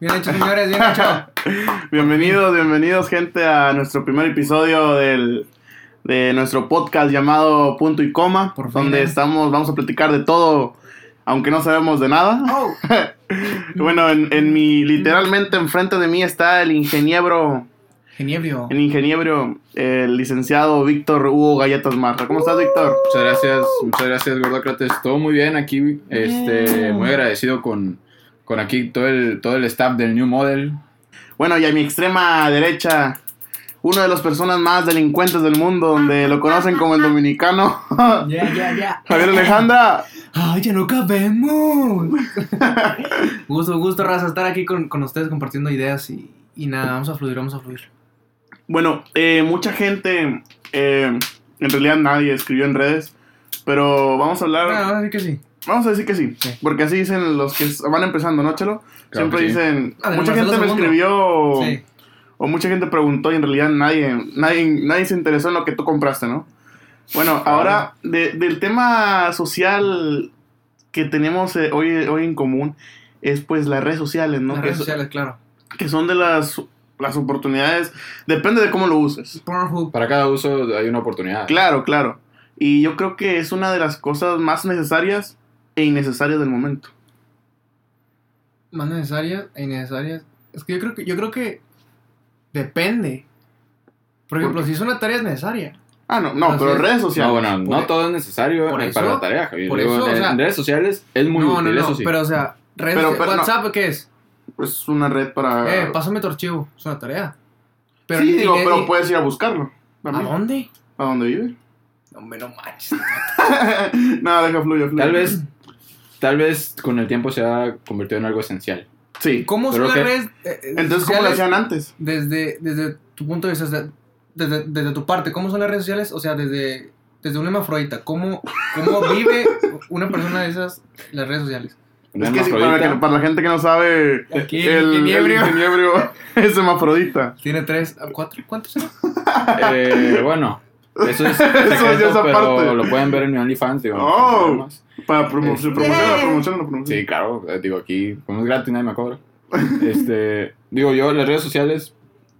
Bien hecho, señores, bien hecho. Bienvenidos, bienvenidos, gente, a nuestro primer episodio del, de nuestro podcast llamado Punto y Coma, Por fin, donde eh. estamos, vamos a platicar de todo, aunque no sabemos de nada. Oh, Bueno, en, en mi, literalmente enfrente de mí está el ingeniero, Geniebrio. el ingeniero, el licenciado Víctor Hugo Galletas Marra. ¿Cómo estás, Víctor? Uh. Muchas gracias, muchas gracias, Gordócrates. Todo muy bien aquí. Este, muy agradecido con, con aquí todo el, todo el staff del New Model. Bueno, y a mi extrema derecha, una de las personas más delincuentes del mundo, donde lo conocen como el dominicano, Ya, ya, ya. Javier Alejandra. ¡Ay, ya no cabemos! gusto, gusto, raza, estar aquí con, con ustedes compartiendo ideas y, y nada, vamos a fluir, vamos a fluir. Bueno, eh, mucha gente, eh, en realidad nadie escribió en redes, pero vamos a hablar, Ah, así que sí. vamos a decir que sí, Sí. porque así dicen los que van empezando, ¿no, Chelo? Claro Siempre que sí. dicen, Además, mucha es lo gente me segundo. escribió Sí. o mucha gente preguntó y en realidad nadie, nadie, nadie se interesó en lo que tú compraste, ¿no? Bueno, ahora de- del tema social que tenemos eh, hoy, hoy en común es pues las redes sociales, ¿no? Las que, redes so- sociales, claro. que son de las, las oportunidades, depende de cómo lo uses. Pornhub. Para cada uso hay una oportunidad. Claro, claro. Y yo creo que es una de las cosas más necesarias e innecesarias del momento. Más necesarias e innecesarias. Es que yo creo que, yo creo que depende. Por ejemplo, si es una tarea es necesaria. Ah, no, no, Así pero es. redes No, sociales. bueno, Por no e- todo es necesario por eh, eso- para la tarea, Javier. por Digo, eso, o en, sea- en redes sociales es muy no, útil, no, no, eso sí. pero o sea, redes Pero- sociales- pero no. WhatsApp, ¿qué es? Es una red para... Eh, pásame tu archivo, es una tarea. sí, y- digo, y- pero y- puedes ir a buscarlo. ¿A también. dónde? ¿A dónde vive? No, me no manches. no, deja fluyo, fluyo. Tal vez, tal vez con el tiempo se ha convertido en algo esencial. Sí. ¿Cómo son Pero las que- redes eh, eh, Entonces, ¿cómo lo sociales hacían antes? desde, desde tu punto de vista, desde, desde, desde tu parte? ¿Cómo son las redes sociales? O sea, desde, desde un hemafrodita, ¿cómo, ¿cómo vive una persona de esas las redes sociales? Una es que sí, para, hermafrodita, que- para la gente que no sabe, Aquí, el, el ingeniebrio. ingeniebrio es hermafrodita. Tiene tres, a cuatro, ¿cuántos eran? eh, bueno, eso es es secreto, esa pero parte. lo pueden ver en mi OnlyFans. digo, no Oh. hay problemas. Para promo- se Eh. promociona, promociona, no promociona. Sí, claro, eh, digo, aquí como es gratis nadie me cobra. Este, digo, yo las redes sociales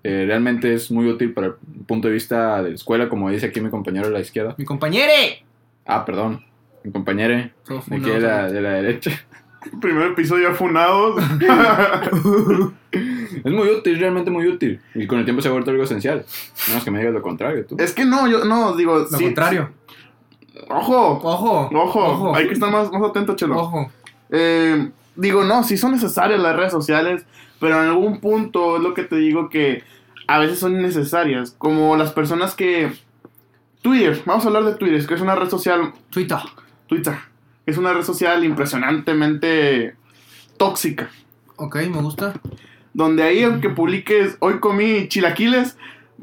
eh, realmente es muy útil para el punto de vista de la escuela, como dice aquí mi compañero de la izquierda. ¡Mi compañere! Ah, perdón, mi compañero Todo de fue aquí de una- la, de la derecha. Primer episodio afunados. Es muy útil, realmente muy útil. Y con el tiempo se ha vuelto algo esencial. Menos que me digas lo contrario, tú. es que no, yo no, digo. Lo sí- contrario. Ojo, Ojo. ojo, Ojo. hay que estar más, más atento, Chelo. ojo. Eh, digo, no, sí son necesarias las redes sociales, pero en algún punto es lo que te digo que a veces son innecesarias. Como las personas que. Twitter, vamos a hablar de Twitter, que es una red social. Twitter. Twitter, que es una red social impresionantemente tóxica. Ok, me gusta. Donde ahí, aunque publiques hoy comí chilaquiles,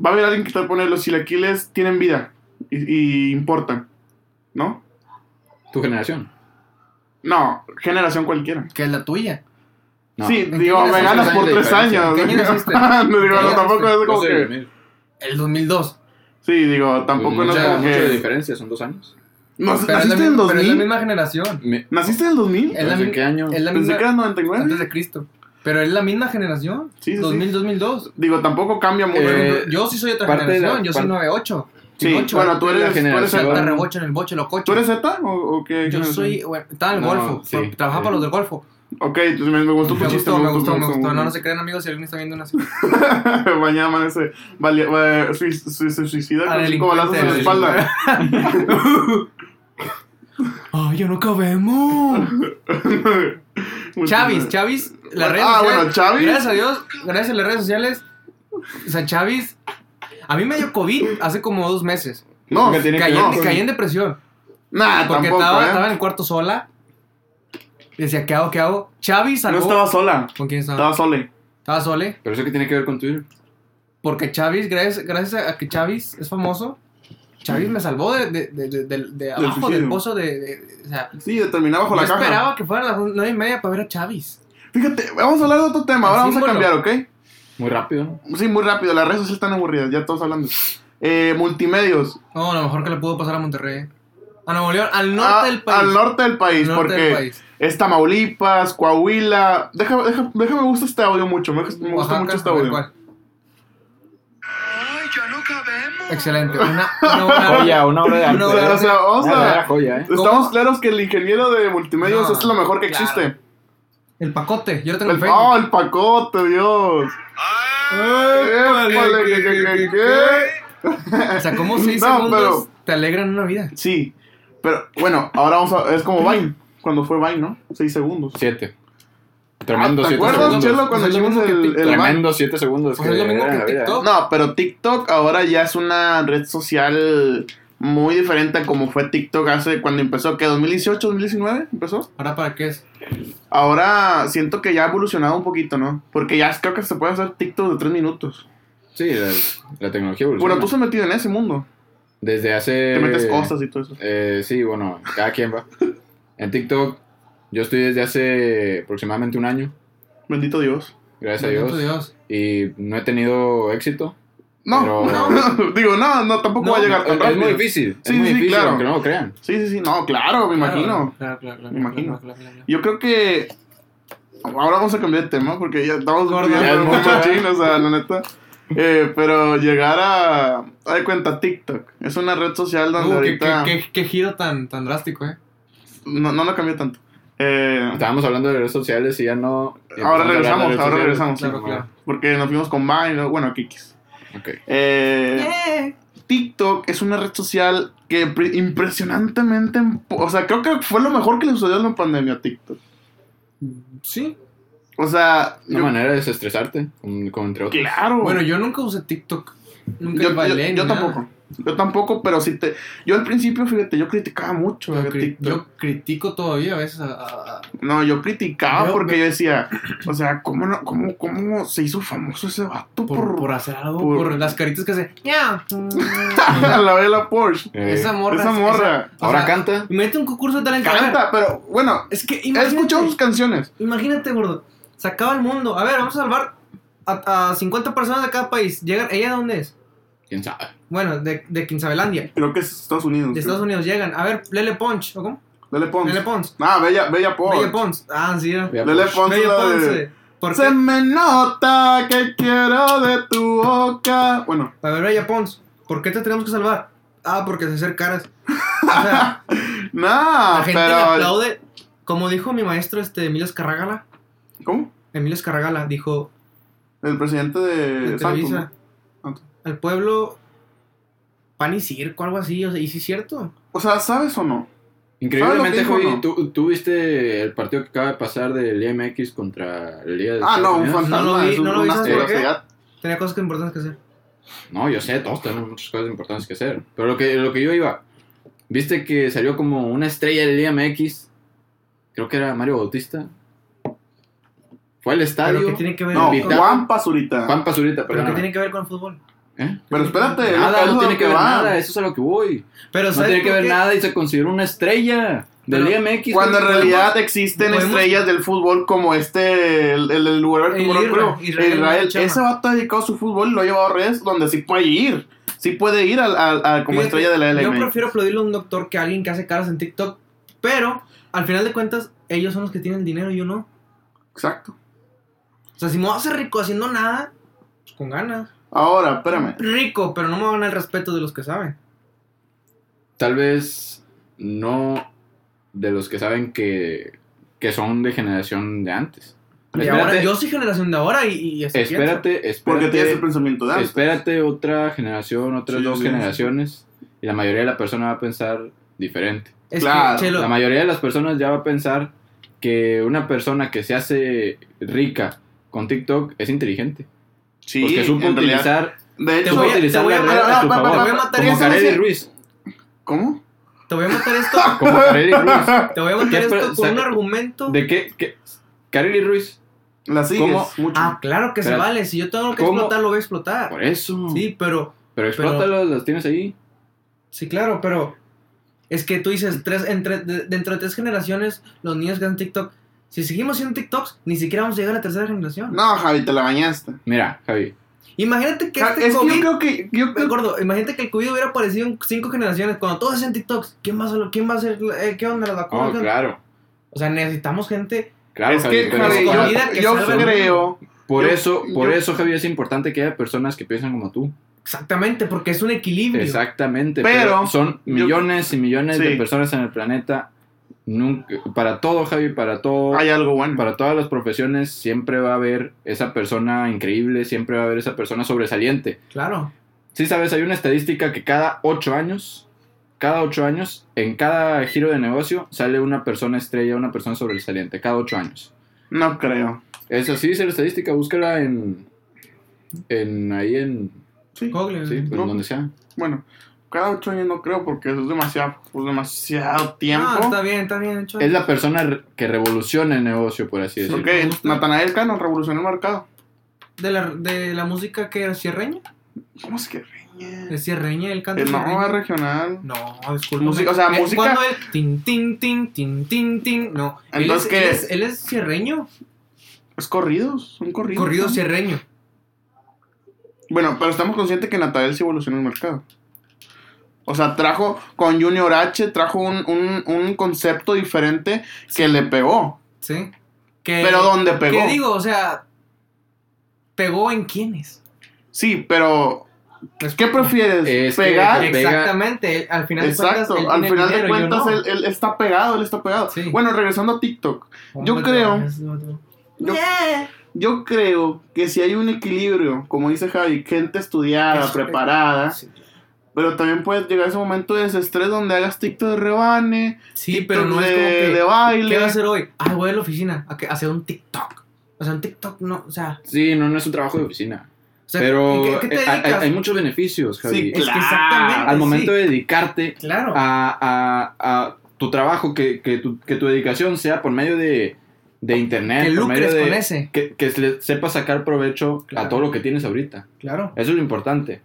va a haber alguien que te va a poner los chilaquiles tienen vida y, y importan, ¿no? Tu generación. No, generación cualquiera. Que es la tuya. No. Sí, ¿En digo, qué me naciste? ganas por ¿En tres qué años. naciste? no digo, ¿En no, qué tampoco naciste? es como Yo soy de que. 2000. El 2002. Sí, digo, tampoco no es mucha, como mucha que. diferencia, son dos años. No, Pero es la ¿Naciste en el misma- Pero es la 2000? misma generación. Me- ¿Naciste en el 2000? Es la ¿Desde mi- qué año? Es la Pensé misma que era antes 99. de Cristo. Pero es la misma generación. Sí, sí, sí. 2000, 2002. Digo, tampoco cambia mucho. Eh, yo sí soy otra parte de la- generación. yo soy parte- 98. sí, 8, bueno, tú eres. la tú eres generación. Z. Salta, rebocho en el boche, lo coche. ¿Tú eres Z o, o qué? Yo generación? soy. bueno, estaba en el No, Golfo. sí. fue- Trabajaba para los del Golfo. Ok, entonces me, me gustó tu Me chiste. gustó, me gustó, me mucho, gustó. No, no mucho. se crean, amigos, si alguien está viendo una. Mañana amanece. Vale, va- sui- sui- se suicida Ah, con cinco balazos delincuente, en la espalda. ¡Ay, ya no cabemos! Muy Chavis, triste. Chavis, las redes Ah, sociales. bueno, Chavis. Gracias a Dios, gracias a las redes sociales. O sea, Chavis. A mí me dio COVID hace como dos meses. No, Porque tiene que Caí, ver no, en- con- caí en depresión. Nah, Ah, Porque tampoco. estaba, ¿eh? estaba en el cuarto sola. Decía, ¿qué hago? ¿Qué hago? Chavi No salvó. estaba sola, ¿Con quién estaba? estaba sole. Estaba Sole. Pero eso que tiene que ver con Twitter. Porque Chavis, gracias, gracias a que Chavis es famoso, Chavis me salvó de, de, de, de- de- de abajo suicidio. del pozo de. de- o sea, Sí, terminaba bajo yo la caja. esperaba que fueran las nueve y media para ver a Chavis. Fíjate, vamos a hablar de otro tema. Ahora El vamos a símbolo. cambiar, ¿ok? Muy rápido, ¿no? Sí, muy rápido. Las redes sociales están aburridas, ya todos hablando. Eh, multimedios. No, a lo mejor que le pudo pasar a Monterrey. A Nuevo León, al norte Ah, del país. Al norte del país, Al norte porque del país. Es Tamaulipas, Coahuila. Déjame, déjame, déjame me gusta este audio mucho. Me, me gusta Oaxaca, mucho este a ver audio. cuál. ¡Ay, ya no cabemos! Excelente. Una, una hora- Joya, una obra de arte. Una obra de Pero, o arte. sea, vamos Una verdadera a. joya, ¿eh? Estamos claros que el ingeniero de multimedia No, es lo mejor que claro. existe. El pacote. Yo lo tengo en El, Facebook. ¡Oh, el pacote, Dios! Ah, ¡Ay, Épale, que- que- que- que- O sea, ¿cómo seis No, segundos te alegran una vida? Sí, pero bueno, ahora vamos a. Es como Vine, cuando fue Vine, ¿no? Seis segundos. Siete. Tremendo Ah, ¿Te siete acuerdas, segundos. Chelo, cuando Pues es lo hicimos mismo que el, TikTok. el Vine? Tremendo siete segundos. Pues es lo mismo eran que la vida, ¿eh? TikTok. No, pero TikTok ahora ya es una red social muy diferente a como fue TikTok hace cuando empezó, ¿qué? ¿2018, 2019 empezó? ¿Ahora para qué es? Ahora siento que ya ha evolucionado un poquito, ¿no? Porque ya creo que se puede hacer TikTok de tres minutos. ¿eh? Sí, la, la tecnología evoluciona. Bueno, tú se has metido en ese mundo. Desde hace... Te metes cosas y todo eso. Eh, sí, bueno, cada quien va. En TikTok yo estoy desde hace aproximadamente un año, Bendito Dios. gracias a Bendito Dios, y no he tenido éxito. No, Pero- no. digo, no, no, tampoco No, va a llegar Es, tan es rápido. muy difícil, Sí, es muy sí, difícil, claro. aunque no lo crean. Sí, sí, sí, no, claro, me imagino. Claro, claro, claro. Me imagino. claro, claro, claro. Yo creo que. Ahora vamos a cambiar de tema porque ya estamos Gordo. ya Ya es mucho mucho, chin, o sea, la neta. Eh, pero llegar a. Haz de cuenta, TikTok. Es una red social donde Uh, qué, ahorita. qué- qué- qué giro tan, tan drástico, ¿eh? No, no lo cambié tanto. Eh, Estábamos hablando de redes sociales y ya no... y Ahora empezamos a hablar de regresamos, redes ahora sociales. regresamos. Claro, sí. claro. Porque nos fuimos con Vine, luego- bueno, Kikis. Ok. Eh, TikTok es una red social que pre- impresionantemente. empo- O sea, creo que fue lo mejor que le sucedió en la pandemia a TikTok. Sí. O sea, Una yo- manera de desestresarte, con, con entre otros. claro. Bueno, yo nunca usé TikTok. Nunca yo, le bailé. yo- ni yo nada. tampoco. Yo tampoco, pero si te. Yo al principio, fíjate, yo criticaba mucho Yo, a cri- TikTok. yo critico todavía a veces a- a- a- No, yo criticaba Yo- porque yo- yo decía, o sea, ¿cómo, no, cómo, ¿cómo se hizo famoso ese vato por, por, por. hacer algo, por, por- las caritas que hace. Ya. la vela Porsche? Eh, esa morra. esa morra. o ahora sea, canta. Mete un concurso de talento. a ver, Canta, pero bueno, Es que he imagínate, escuchado sus canciones. imagínate, gordo. Se acaba el mundo. A ver, vamos a salvar a, a 50 personas de cada país. Llegan, ¿Ella dónde es? ¿Quién sabe? Bueno, de, de Quinzabelandia. Creo que es Estados Unidos. De creo. Estados Unidos llegan. A ver, Lele Punch. ¿O cómo? Lele Pons. Lele Pons. Ah, Bella, Bella Pons. Lele Pons. Ah, sí. era. Vea, Lele pues, Pons. Bella la de- Ponce. ¿Por Se qué? me nota que quiero de tu boca. Bueno, A ver, Bella Pons, ¿por qué te tenemos que salvar? Ah, porque se hacer caras. O sea, nah, la gente le pero. aplaude. Como dijo mi maestro, este, Emilio Escarragala. ¿Cómo? Emilio Escarragala dijo, El presidente de de Santos. Televisa, ¿no? Santos. al pueblo, pan y circo, algo así. O sea, y sí es cierto. O sea, ¿sabes o no? Increíblemente, ¿Sabes lo que dijo, Javi, no? ¿tú, tú viste el partido que acaba de pasar del IMX contra el Liga de Ah, Estados no, un Unidos? fantasma. No lo vi, es un- no lo vi, una ¿sabes por qué? asquerosidad. Tenía cosas importantes que hacer. No, yo sé, todos tenemos muchas cosas importantes que hacer. Pero lo que, lo que yo iba, viste que salió como una estrella del IMX, creo que era Mario Bautista. Fue Pero al que estadio. tiene que ver No, con... Invitado. Juan Pazurita. Juan Pazurita, Pero que perdón. tiene que ver con el fútbol. ¿Eh? Pero espérate, Nada, es no lo tiene que ver va. nada, eso es a lo que voy. Pero No ¿sabes tiene que por ver qué? nada y se consideró una estrella del E Pero IMX. Cuando en güey. realidad existen podemos- estrellas del fútbol como este, el, el, el lugar El como lo Israel, creo, Israel Israel, Chama. ese vato ha dedicado su fútbol y lo ha llevado a redes donde sí puede ir. Sí puede ir al, al- al- como Fíjate, estrella de la Yo LM. prefiero aplaudirle a un doctor que a alguien que hace caras en TikTok. Pero, al final de cuentas, ellos son los que tienen dinero y yo no. Exacto. O sea, si me voy a hacer rico haciendo nada, pues con ganas. Ahora, espérame. Rico, pero no me van al respeto de los que saben. Tal vez no de los que saben que, que son de generación de antes. Y ahora, yo soy generación de ahora y, y así espérate, espérate. Porque tienes el pensamiento de antes. Espérate otra generación, otras Sí, dos sí, sí. generaciones, y la mayoría de la persona va a pensar diferente. pienso. Es Claro, que, Chelo, La mayoría de las personas ya va a pensar que una persona que se hace rica con TikTok es inteligente. Sí, porque supo en realidad. utilizar, De Te hecho, supo voy a- utilizar te voy la a- red a ah, su pa, pa, favor. pa, voy a matar como eso, Kareli ese- Ruiz. ¿cómo? te voy a matar esto. Como Kareli Ruiz. te voy a matar ¿Qué esto pre- con saca- un argumento. ¿De qué? qué? Kareli Ruiz. La sigues ¿Cómo? mucho. Ah, claro que se Espérate. vale. Si yo tengo que ¿Cómo? explotar, lo voy a explotar. Por eso. Sí, pero. Pero explótalos, las tienes ahí. Sí, claro, pero. Es que tú dices, tres, entre, de- dentro de tres generaciones, los niños que hacen TikTok. Si seguimos haciendo TikToks, ni siquiera vamos a llegar a la tercera generación. No, Javi, te la bañaste. Mira, Javi. Imagínate que Ja- este Ah, es que COVID. eh, yo creo que. Yo creo- Gordo, imagínate que el COVID hubiera aparecido en cinco generaciones cuando todos hacen TikToks. ¿Quién va a hacerlo? ¿Quién va a hacer? eh, ¿Qué onda las vacunas? Oh, ¿Qué onda? claro. O sea, necesitamos gente. Claro, Ah, es Javi, que, pero- Javi, con vida que yo, yo salga el creo. por yo- eso, por yo- eso, Javi, es importante que haya personas que piensan como tú. Exactamente, porque es un equilibrio. Exactamente. Pero- Pero, son yo- millones y millones Sí. de personas en el planeta. Nunca, para todo, Javi, para todo. Hay algo bueno. Oh. Para todas las profesiones siempre va a haber esa persona increíble, siempre va a haber esa persona sobresaliente. Claro. Sí, sabes, hay una estadística que cada ocho años, cada ocho años, en cada giro de negocio sale una persona estrella, una persona sobresaliente, cada ocho años. No creo. Esa sí es la estadística, búscala en, en ahí en, Sí. Google. sí, en No. donde sea. Bueno, cada ocho años no creo porque eso es demasiado, pues, demasiado tiempo. Ah, está bien, está bien. hecho. Es la persona re- que revoluciona el negocio, por así decirlo. Ok, me gusta. Natanael Cano revolucionó el mercado. De, la, de la música que era cierreña. ¿Cómo es que reñe? Es cierreña, el canto. El Eh, no sierreña. es regional. No, disculpa. Música- o sea, Es música- Cuando él. Tin, tin, tin, tin, tin, tin. No. Él Entonces, es- ¿qué él es? es? Él es cierreño. Es corridos, son corridos. Corrido ¿no? cierreño. Bueno, pero estamos conscientes que Natanael sí evolucionó el mercado. O sea, trajo con Junior H, trajo un, un, un concepto diferente que le pegó. Sí. Que, Pero ¿dónde pegó? Que digo, o sea. ¿Pegó en quiénes? Sí, pero Es ¿qué prefieres? Es que- ¿Pegar? Pega- Ah, Exactamente, al final de cuentas. Exacto, él al tiene final dinero, de yo cuentas no. él, él está pegado, él está pegado. Sí. Bueno, regresando a TikTok, yo Hombre, creo- es lo otro. yo, yo creo que si hay un equilibrio, como dice Javi, gente estudiada, Eso- preparada, Ah, Sí. pero también puede llegar ese momento de desestrés donde hagas TikTok de rebane, Sí, TikTok pero no es de, como que. de baile. ¿Qué va a hacer hoy? Ah, voy a la oficina a, que- a hacer un TikTok. O sea, un TikTok no, o sea... Sí, no, no es un trabajo de oficina. o sea, pero ¿en ¿qué, qué te eh, hay, dedicas? hay muchos beneficios, Javi. Sí, es que claro. exactamente, Al momento sí, de dedicarte Claro. a, a- a tu trabajo, que, que tu, que tu dedicación sea por medio de, de internet, que por medio lucres de- con ese. que, que se le- sepas sacar provecho Claro. a todo lo que tienes ahorita. Claro. Eso es lo importante.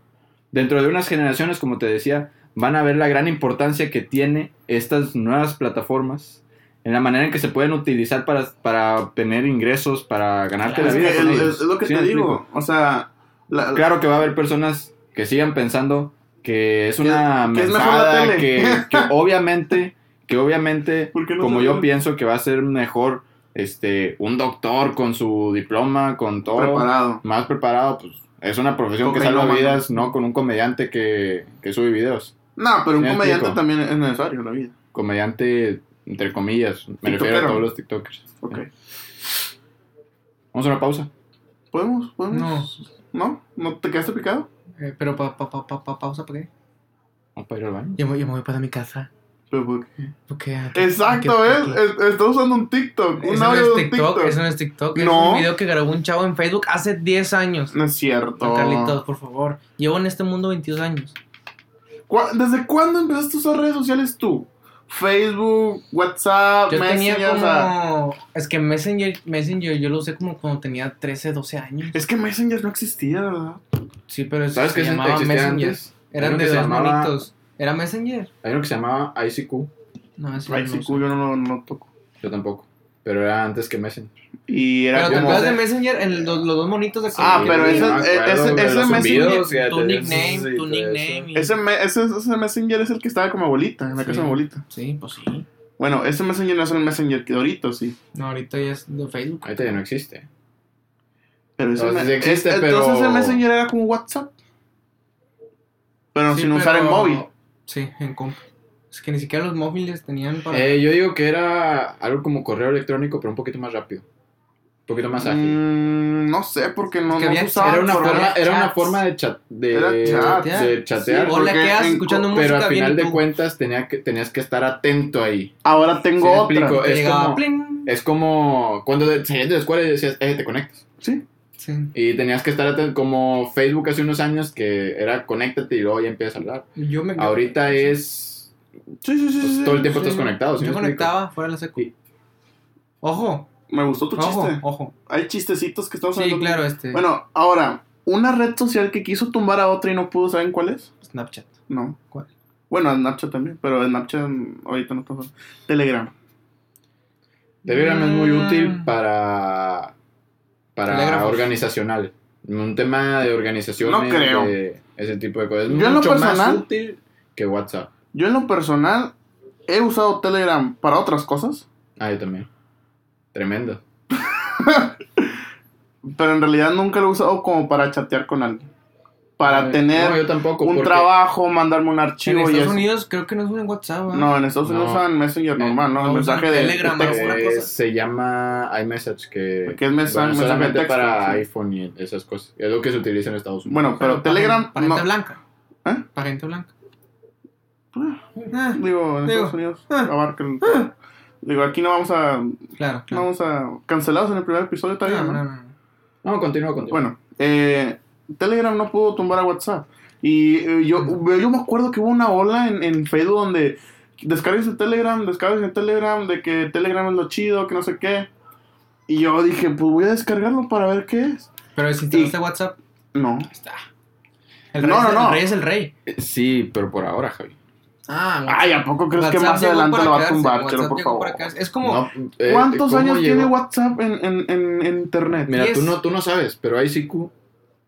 Dentro de unas generaciones, como te decía, van a ver la gran importancia que tiene estas nuevas plataformas en la manera en que se pueden utilizar para, para tener ingresos, para ganarte Es, la que vida. con es- ellos. es lo que ¿Sí te me digo, explico? o sea, la- Claro que va a haber personas que sigan pensando que es una que es mejor la mensada, tele. que, que obviamente, que obviamente, ¿Por qué no como se yo ve? pienso que va a ser mejor este un doctor con su diploma, con todo preparado. más preparado, pues es una profesión que Cocainómano. salva vidas, no con un comediante que, que sube videos. No, pero un Me comediante explico. también es necesario en la vida. Comediante, entre comillas, me refiero a Tiktokero. todos los TikTokers. Ok. Vamos a una pausa. ¿Podemos? No. ¿Podemos? ¿No? ¿No te quedaste picado? Eh, pero pa, pa, pa, pa, pa- pausa, ¿para qué? Vamos para ir al baño. Yo me, yo me voy para mi casa. Pero, ¿por qué? Porque, Exacto, ¿ves? Es- Está usando un TikTok, un Eso no audio es de un TikTok. TikTok, eso no es TikTok. No. Es un video que grabó un chavo en Facebook hace 10 años. No es cierto. Carlitos, por favor. Llevo en este mundo 22 años. ¿Cuá- ¿Desde cuándo empezaste a usar redes sociales tú? Facebook, WhatsApp, Yo Messenger, tenía o sea, como... Es que Messenger, Messenger yo lo usé como cuando tenía 13, 12 años. Es que Messenger no existía, ¿verdad? Sí, pero eso ¿Sabes se qué se- llamaba existía Messenger. antes? Hay Eran uno de que se dos llamaba- monitos. ¿Era Messenger? Hay uno que se llamaba ICQ, No, ese Ay, no sí, lo sé. cu, yo no lo no lo toco. yo tampoco, pero era antes que Messenger. Y era Pero te como... acuerdas de Messenger, en los, los dos monitos de Ah, color. pero Tu ese- no me acuerdo, ese- pero ese los Messenger- zumbidos, fíjate, tu eso nickname, sí, tu todo eso. nickname. y- Ese, me- ese, ese Messenger es el que estaba como abuelita, en la Sí. casa de mi abuelita. Sí, pues sí. Bueno, ese Messenger no es el Messenger que ahorita, sí. No, ahorita ya es de Facebook. Ahorita ya no existe. Pero ese No, me- sí existe, es- pero- Entonces ese Messenger era como WhatsApp. Pero Sí, sin usar el pero- móvil. Sí, en compu. Es que ni siquiera los móviles tenían para... Eh, yo digo que era algo como correo electrónico, pero un poquito más rápido. Un poquito más ágil. Mm, no sé, porque no, Es que no había- se usaba era, una correo. forma, era una chats. forma de, chat, de, Era chat. de chatear, Sí, hola, porque ¿qué haces? en- Escuchando música. pero al bien, final ¿y de tú? cuentas tenía que, tenías que estar atento ahí. Ahora tengo Sí, me otra. explico. Te es llegaba como- eh, pling. Es como cuando de- salías de la escuela y decías, eh, te conectas. Sí. Sí. Y tenías que estar atento, como Facebook hace unos años que era conéctate y luego ya empiezas a hablar. Yo me... Ahorita es... Sí, sí, sí, pues, sí, todo el sí. tiempo Sí, estás conectado. ¿sí Yo me explico? conectaba fuera de la secu. Sí. Ojo, Me gustó tu ojo, chiste. ojo. Hay chistecitos que estamos Sí, hablando. claro, este. Bueno, ahora, una red social que quiso tumbar a otra y no pudo, ¿saben cuál es? Snapchat. No. ¿Cuál? Bueno, Snapchat también, pero Snapchat mm, ahorita no estamos. Telegram. Telegram es muy Mm. útil para, para Telégrafos. organizacional. Un tema de organizaciones. No creo. de ese tipo de cosas. Es Yo en lo mucho personal- más útil que WhatsApp. Yo en lo personal he usado Telegram para otras cosas, Ah, yo también. Tremendo. Pero en realidad nunca lo he usado como para chatear con alguien. Para Ay, tener no, yo tampoco, un porque- trabajo, mandarme un en archivo y Estados eso. Unidos creo que no es un WhatsApp. ¿ah? No, en Estados Unidos No. usan Messenger normal, ¿no? no, El usan mensaje de de Telegram, texto. una Eh, cosa. se llama iMessage que, Que es mensaje- mensaje de solamente texto, para sí. iPhone y esas cosas. Es lo que se utiliza en Estados Unidos. Bueno, para pero Telegram gen- Para gente no- blanca. ¿Eh? Para gente blanca. Ah, Ah, Digo, Digo, en Estados Unidos ah, abarca el- Digo, aquí no vamos a claro, claro. no vamos a cancelados en el primer episodio está bien, No, no, ¿no? no, no. no, continúa, continúa. Bueno, eh, Telegram no pudo tumbar a WhatsApp. Y eh, yo, yo me acuerdo que hubo una ola en, en Facebook donde descargues el Telegram, descargues el Telegram, de que Telegram es lo chido, que no sé qué. Y yo dije, pues voy a descargarlo para ver qué es. Pero si instalaste WhatsApp, No. está. El rey, No, es, no, el no. rey es el rey. Eh, Sí, pero por ahora, Javi. Ah, Ay, ¿a poco crees que más llegó adelante para lo va a quedarse, tumbar? WhatsApp Chelo, por llegó favor. para quedarse. Es como, No, eh, ¿Cuántos ¿cómo años llegó? tiene WhatsApp en, en, en, en Internet? Mira, tú Diez. no, tú no sabes, pero ICQ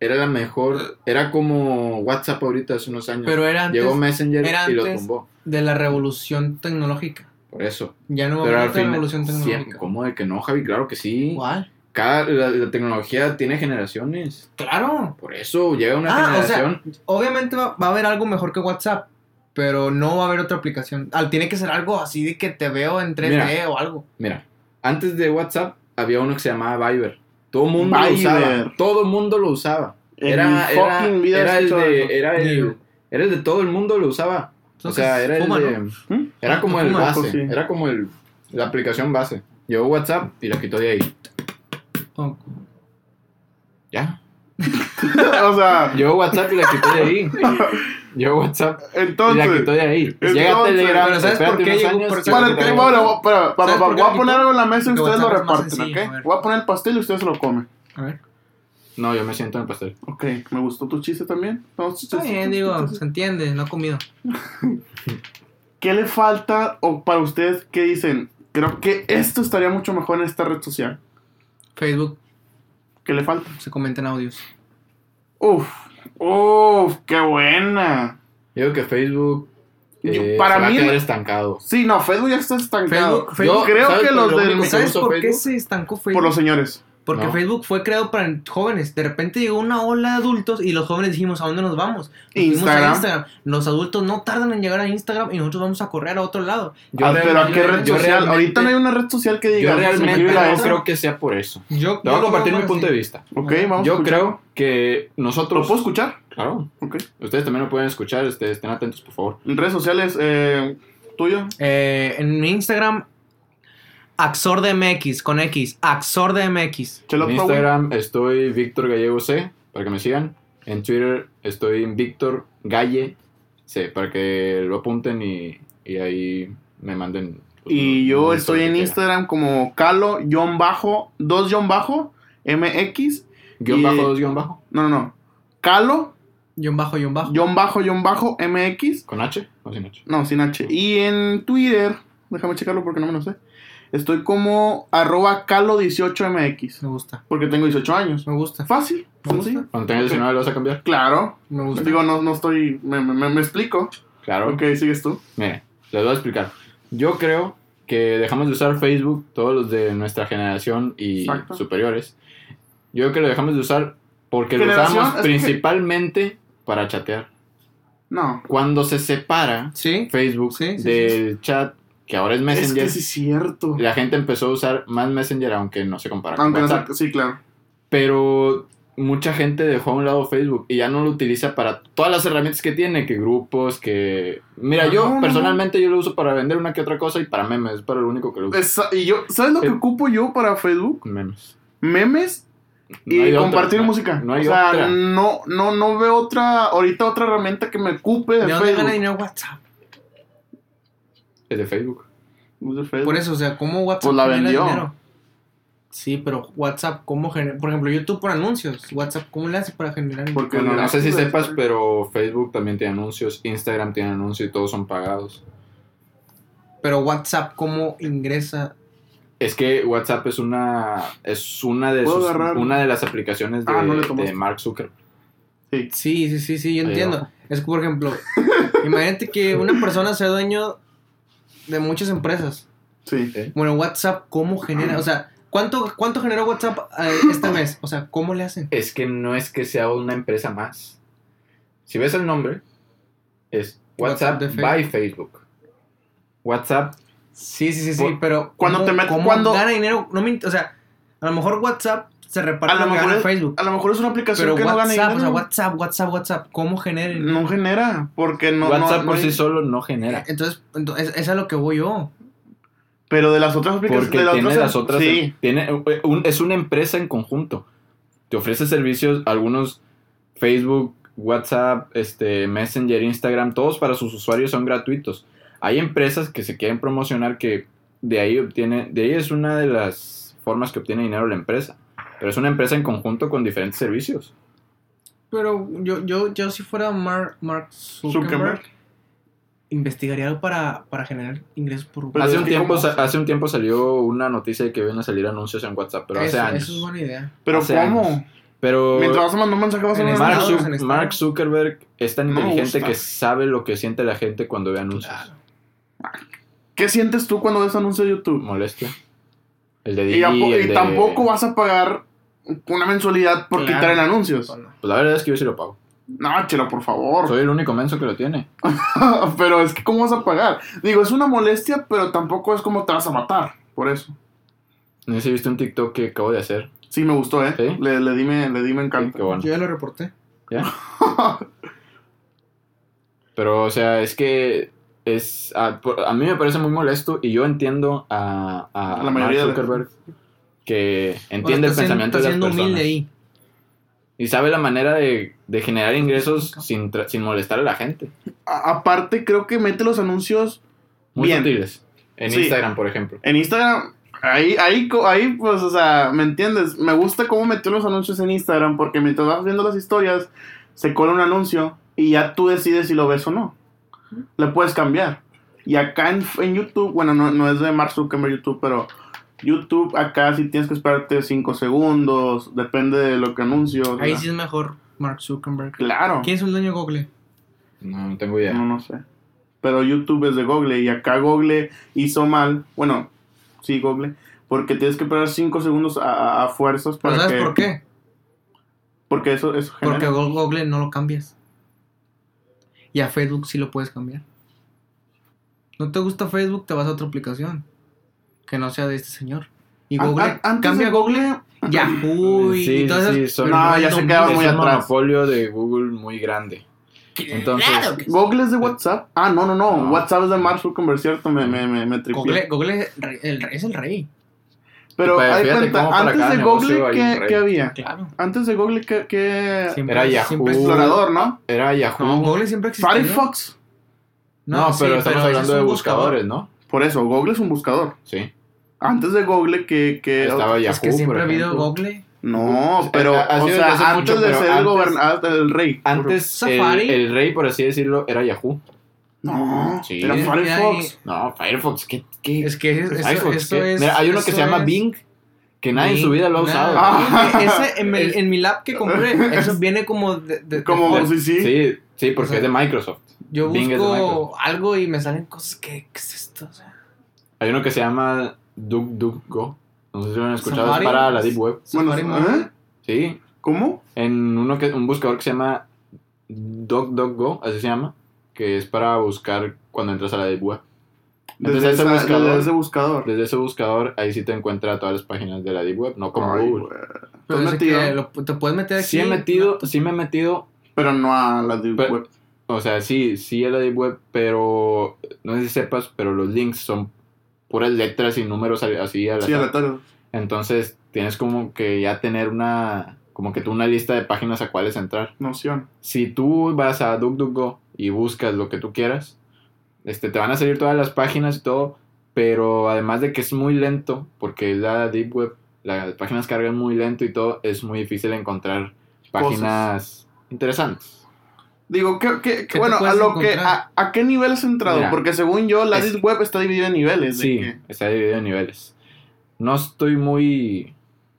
era la mejor. Era como WhatsApp ahorita hace unos años. pero era antes Llegó Messenger era y lo antes. tumbó. de la revolución tecnológica. Por eso. Ya no Pero va a al haber final. revolución siempre- tecnológica. ¿Cómo de que no, Javi? Claro que pues. sí. ¿Cuál? Cada, la, la tecnología tiene generaciones. Claro. Por eso llega una Ah, o sea, generación. Obviamente va, va a haber algo mejor que WhatsApp, pero no va a haber otra aplicación. Al, tiene que ser algo así de que te veo en 3D o algo. Mira, antes de WhatsApp había uno que se llamaba Viber. Todo el mundo lo Viber. usaba. Todo el mundo lo usaba. En Era, mi era, fucking vida he era el escuchado eso. de, era, Digo. el, era el de todo el mundo lo usaba. O Entonces, sea, era el fuma, de- ¿no? Ah, ¿Mm? Era como el Fuma, base. pues, sí. Era como el, la aplicación base. Llegó WhatsApp y la quitó de ahí. Oh, Ya. o sea, Llegó WhatsApp y la quitó de ahí. Llegó WhatsApp y la entonces... quitó de ahí. entonces- Llega Telegram, Pero ¿sabes por espérate qué unos llegó? años Por- y la Para el quitó de tema, ahí. ahora voy- ¿Sabes para- para- por para- qué voy a lo quitó? poner algo en la mesa y Porque ustedes WhatsApp lo es más reparten, sencillo, a ¿ok? ver. Voy a poner el pastel y ustedes se lo comen. A ver. No, yo me siento en el pastel. Ok, me gustó tu chiste también. No, sí, sí, Está sí, bien, sí, digo, sí, sí. se entiende, no ha comido. ¿Qué le falta o para ustedes qué dicen? Creo que esto estaría mucho mejor en esta red social. Facebook ¿Qué le falta? se comenta en audios. Uf, uf, qué buena. Yo digo que Facebook Yo- eh, se para va mí- a quedar estancado. Sí, no, Facebook ya está Facebook- estancado. Yo Facebook- creo ¿sabes que por los lo del único que ¿Sabes uso por qué Facebook? se estancó Facebook? por los señores. Porque No. Facebook fue creado para jóvenes. De repente llegó una ola de adultos y los jóvenes dijimos, ¿a dónde nos vamos? Nos fuimos Instagram. a Instagram. Los adultos no tardan en llegar a Instagram y nosotros vamos a correr a otro lado. Ah, pero ¿a realmente- qué red yo social? realmente- Ahorita no hay una red social que diga. Yo "Me realmente quiero ir a no esa". creo que sea por eso. Yo, Te voy a compartir mi punto de vista. Ok, vamos. a Yo escuchar. creo que ¿Lo nosotros... puedo escuchar? Claro. Ok. Ustedes también lo pueden escuchar. este, estén atentos, por favor. En redes sociales, eh, tuyo. Eh, en mi Instagram, AxordMX, con X, AxordMX. Chelo en Pro, güey. Instagram estoy Víctor Gallego C, para que me sigan. En Twitter estoy Víctor Galle C, para que lo apunten y, y ahí me manden... pues, Y lo- yo lo estoy que en quieran. Instagram como Calo, John Bajo, 2 John Bajo, MX. Guión Y- bajo, dos guión bajo. No, no, no. Calo, Yo bajo, yo bajo. John Bajo, John Bajo, MX. ¿Con H o sin H? No, sin H. Y en Twitter, déjame checarlo porque no me lo sé. Estoy como arroba Calo18MX. Me gusta, Porque tengo 18 años. me gusta, Fácil, ¿Cómo sencillo. Cuando tengas 19 lo vas a cambiar. Claro. me gusta. Digo, no, no estoy. Me, me- me- me explico. Claro. Ok, sigues tú. Mire, les voy a explicar. Yo creo que dejamos de usar Facebook, todos los de nuestra generación y Exacto. superiores. Yo creo que lo dejamos de usar porque lo Generación, usamos es que- principalmente para chatear. No. Cuando se separa ¿Sí? Facebook Sí, sí, sí, del chat, que ahora es Es Messenger, que sí es cierto. la gente empezó a usar más Messenger, aunque no se compara Aunque con no WhatsApp. sé- Sí, claro. Pero mucha gente dejó a un lado Facebook y ya no lo utiliza para todas las herramientas que tiene, que grupos, que... Mira, No, yo no, no. personalmente yo lo uso para vender una que otra cosa y para memes, es para lo único que lo uso. Esa- y yo, ¿sabes lo que Eh. ocupo yo para Facebook? Memes. Memes No hay y otra, compartir no- música. No hay o sea, otra. no, no, no veo otra, ahorita otra herramienta que me ocupe de, ¿De dónde gana Facebook. dinero WhatsApp? Es de Facebook. Pues De Facebook. Por eso, o sea, ¿cómo WhatsApp Pues la genera vendió. Sí, pero WhatsApp, ¿cómo genera? Por ejemplo, YouTube por anuncios. WhatsApp, ¿cómo le hace para generar? Porque Bueno, le Pues no sé si haces- sepas, pero Facebook también tiene anuncios, Instagram tiene anuncios y todos son pagados. Pero WhatsApp, ¿cómo ingresa? Es que WhatsApp es una es una de Puedo sus- agarrar. una de las aplicaciones de, Ah, no le de tomaste. Mark Zuckerberg. Sí. Sí, sí, sí, sí, yo Ahí entiendo. abajo. Es que, por ejemplo, imagínate que una persona sea dueño de muchas empresas. Sí. ¿eh? Bueno, WhatsApp, ¿cómo genera? O sea, ¿cuánto, cuánto generó WhatsApp eh, este mes? O sea, ¿cómo le hacen? Es que no es que sea una empresa más. Si ves el nombre, es WhatsApp WhatsApp, de Facebook. by Facebook. WhatsApp, Sí, sí, sí, sí, pero ¿cuándo ¿cómo- te metes- ¿cómo cuándo- gana dinero? No me int- o sea, a lo mejor WhatsApp se reparte A lo lo que mejor gana es- Facebook. A lo mejor es una aplicación Pero que no gana WhatsApp, o sea, dinero. WhatsApp, WhatsApp, WhatsApp, ¿cómo generen? No genera, porque no. WhatsApp no- por no sí hay- solo no genera. Entonces, ento- es, es a lo que voy yo. Pero de las otras aplicaciones. Porque de las tiene las otras. em-, Sí. tiene eh, un- es una empresa en conjunto. Te ofrece servicios, algunos Facebook, WhatsApp, este, Messenger, Instagram, todos para sus usuarios son gratuitos. Hay empresas que se quieren promocionar que de ahí obtiene, de ahí es una de las formas que obtiene dinero la empresa. Pero es una empresa en conjunto con diferentes servicios. Pero yo, yo, yo si fuera Mark, Mark Zuckerberg, Zuckerberg. investigaría algo para, para generar ingresos por WhatsApp. Pero hace, es un que tiempo, ¿cómo? sa- hace un tiempo salió una noticia de que iban a salir anuncios en WhatsApp, pero hace eso, años. eso es buena idea. Pero Hace ¿cómo? años. Pero Mientras vas mandando un mensaje, vas a En mandar Instagram, Zuckerberg. mensaje. Mark, Zuc- en Instagram. Mark Zuckerberg es tan No me inteligente gusta. que sabe lo que siente la gente cuando ve anuncios. ¿Qué sientes tú cuando ves anuncio de YouTube? Molestia. El de Y, Didi, tampo- el y de- tampoco vas a pagar una mensualidad por Claro. quitar en anuncios. Bueno, Pues la verdad es que yo sí lo pago. No, chelo, por favor. Soy el único menso que lo tiene. pero es que, ¿cómo vas a pagar? Digo, es una molestia, pero tampoco es como te vas a matar. Por eso. No sé si viste un TikTok que acabo de hacer. Sí, me gustó, ¿eh? Sí. Le, le di me, le di me Sí, encanta. qué bueno. Yo ya lo reporté. Pero, o sea, es que es a, por- a mí me parece muy molesto y yo entiendo a, a La mayoría de- Mark Zuckerberg que Bueno, entiende el está siendo- está pensamiento de las siendo personas. humilde ahí. Y sabe la manera de, de generar ingresos sin, tra- sin molestar a la gente. A- aparte, creo que mete los anuncios Muy Bien. sutiles. En Sí. Instagram, por ejemplo. en Instagram. Ahí, ahí, co- ahí, pues, o sea, ¿me entiendes? Me gusta cómo metió los anuncios en Instagram porque mientras vas viendo las historias, se cola un anuncio y ya tú decides si lo ves o no. Le puedes cambiar. Y acá en, en YouTube, bueno, no, no es de Mark Zuckerberg YouTube, pero YouTube acá sí tienes que esperarte 5 segundos, depende de lo que anuncio. o Ahí sea, sí es mejor Mark Zuckerberg. Claro. ¿Quién es el dueño de Google? No, no tengo idea. No, no sé. Pero YouTube es de Google y acá Google hizo mal. Bueno, sí, Google. Porque tienes que esperar 5 segundos a, a- a fuerzas ¿Pero para Pues, sabes que- por qué? Porque eso, eso Porque genera. Google no lo cambias. Y a Facebook sí lo puedes cambiar. No te gusta Facebook, te vas a otra aplicación. Que no sea de este señor. Y An- Google. an- antes cambia de Google, Yahoo y, Sí, y todas sí, esas- son- No, ya se quedaron es muy un atrás. monopolio de Google muy grande. Entonces, Google es de WhatsApp. Ah, no, no, no. No. WhatsApp es de Mark Zuckerberg, cierto. Me, me, me, me tripié. Google, Google es, re- el rey- es el rey. Pero Pues, hay fíjate cuenta, cómo para antes cada de negocio Google, hay un ¿qué, rey. qué había? Claro. Antes de Google, ¿qué. qué... Siempre- era siempre Yahoo. Explorador, ¿no? era Yahoo. No, No, Google siempre existió. Firefox. sí, pero estamos ese hablando es de un buscadores, ¿no? Por eso, Google es un buscador. Sí. Antes de Google, ¿qué. qué Estaba Yahoo. Eh, Es que siempre ha por habido ejemplo. Google. No, Pues, pero, ha- ha o sido sea, desde hace antes mucho, de pero ser el, antes- gobernador, el rey. Antes, el, Safari. el rey, por así decirlo, era Yahoo. No, Sí. era Era- era- Firefox. No, Firefox, ¿qué? qué? Es que es- eso, Firefox, eso ¿qué? es. Mira, hay uno que eso se llama es- Bing, que nadie en su vida lo ha Nada. usado. Ah. Ese, en, el- en mi lab que compré, eso viene como de. de- de- Como, sí, sí. Sí, sí, porque O sea, es de Microsoft. Yo Bing es de busco algo y me salen cosas que. ¿Qué es esto? O sea, Hay uno que se llama DuckDuckGo. No sé si lo han escuchado, Safari. es para la Deep Web. Bueno, Safari ¿eh? Mobile. Sí, ¿Cómo? en uno que, un buscador que se llama DuckDuckGo, así se llama, que es para buscar cuando entras a la Deep Web. Entonces, Desde, ese esa- buscador- desde ese buscador. Desde ese buscador, ahí sí te encuentra todas las páginas de la Deep Web, no como Ay, Google. güey. Pero ¿Estás ese metido? que lo- te puedes meter aquí. Ah, Sí he metido, sí me he metido, Pero no a la de Pero- web. o sea, sí, sí a la Deep Web, pero no sé si sepas, pero los links son puras letras y números al- así al Sí, a azar. la tarde. Entonces tienes como que ya tener una, como que tú una lista de páginas a cuáles entrar. Noción. si tú vas a DuckDuckGo y buscas lo que tú quieras, este, te van a salir todas las páginas y todo, pero además de que es muy lento, porque es la Deep Web, las páginas cargan muy lento y todo, es muy difícil encontrar páginas interesantes. Digo, ¿qué, qué, ¿Qué bueno, te a puedes lo que. encontrar? A, a qué nivel has entrado? Mira, Porque según yo, la es- deep web está dividida en niveles. de Sí, que- está dividido en niveles. No estoy muy,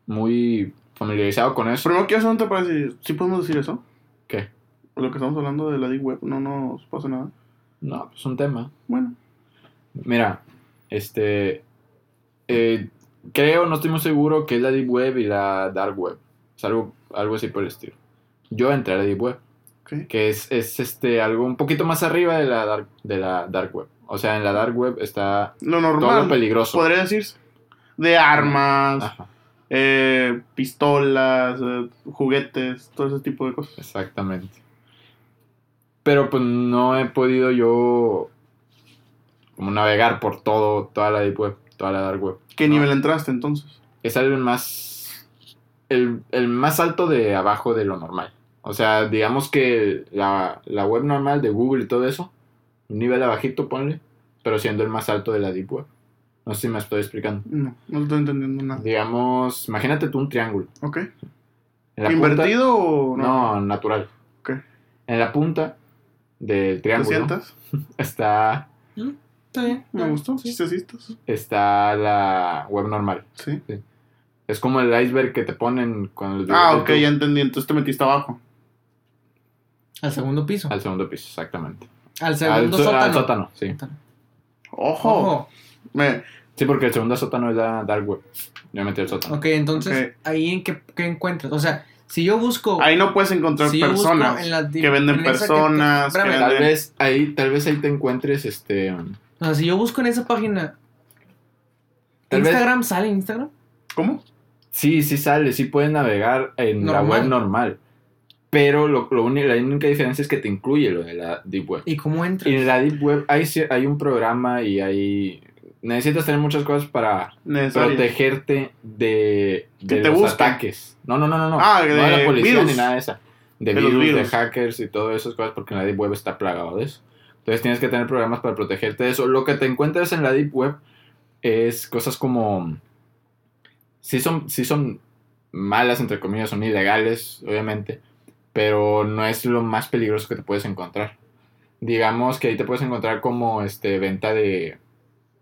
muy familiarizado con eso. Primero quiero hacer un parece. ¿Sí podemos decir eso? ¿Qué? Lo que estamos hablando de la deep web no nos pasa nada. pues, No, es un tema. Bueno, Mira, este, eh, creo, no estoy muy seguro, que es la Deep Web y la Dark Web. Es algo, algo así por el estilo. Yo entré a la Deep Web, Ok. que es, es este, algo un poquito más arriba de la, dark, de la Dark Web. O sea, en la Dark Web está Lo todo lo normal, peligroso. Ah. podría decirse. De armas, Ajá, eh, pistolas, eh, juguetes, todo ese tipo de cosas. exactamente. Pero pues no he podido yo como navegar por todo, toda la Deep Web, toda la Dark Web. ¿Qué No. nivel entraste entonces? es el más el, el más alto de abajo de lo normal. O sea, digamos que la, la web normal de Google y todo eso, un nivel abajito ponle, pero siendo el más alto de la Deep Web. No sé si me estoy explicando. No, no estoy entendiendo nada. Digamos, imagínate tú un triángulo. ¿Ok? En la punta- ¿Invertido o no? no, natural. Ok. En la punta del ¿Te triángulo sientas? está, Está bien. ah, Me gustó. Sí. ¿Chistecitos? está la web normal. Sí. Es como el iceberg que te ponen cuando el Ah, dibujo ok, de tu- ya entendí. Entonces te metiste abajo. Al segundo piso. al segundo piso, exactamente. Al Al, segundo so- sótano. al sótano, sí. ¡Ojo! Ojo. Me- Sí, porque el segundo sótano es la Dark Web. Yo metí el sótano. Ok, entonces, Ok. ¿ahí en qué, qué encuentras? O sea, si yo busco... Ahí no puedes encontrar si yo busco personas en la- que venden en esa te- personas. que espérame, Tal venden- vez ahí, tal vez ahí te encuentres este. O sea, si yo busco en esa página... Tal vez- ¿Instagram sale en Instagram? ¿Cómo? Sí, sí sale, sí puedes navegar en la Normal. web normal. Pero lo, lo uni- la única diferencia es que te incluye lo de la Deep Web. ¿Y cómo entras? Y en la Deep Web hay, cier- hay un programa y hay. Necesitas tener muchas cosas para Necesario. protegerte de, de Que te los busquen. ataques. No, no, no, no. no. Ah, no de la policía virus. ni nada de esa. De, De los virus, de virus. hackers y todas esas cosas, porque en la Deep Web está plagado de eso. Entonces tienes que tener programas para protegerte de eso. Lo que te encuentras en la Deep Web es cosas como. Sí son, sí son malas, entre comillas, son ilegales, obviamente, pero no es lo más peligroso que te puedes encontrar. Digamos que ahí te puedes encontrar como este, venta de,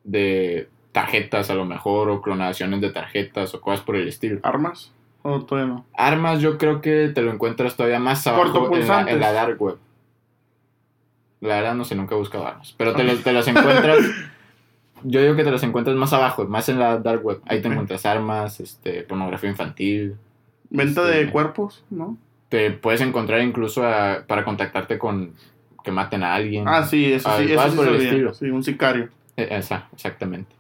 de tarjetas, a lo mejor, o clonaciones de tarjetas, o cosas por el estilo. ¿Armas? ¿O todavía no? Armas yo creo que te lo encuentras todavía más abajo en la, Cortopulsantes. en la dark web. La verdad no sé, nunca he buscado armas. Pero te, lo- te las encuentras... yo digo que te las encuentras más abajo, más en la dark web. Ahí te Ok. encuentras armas, este, pornografía infantil. ¿Venta Sí. de cuerpos? ¿No? Te puedes encontrar incluso a- para contactarte con que maten a alguien. Ah, sí, eso Ah, sí. Eso igual sí, por el sabía. estilo. sí, un sicario. Eh, Esa, exactamente.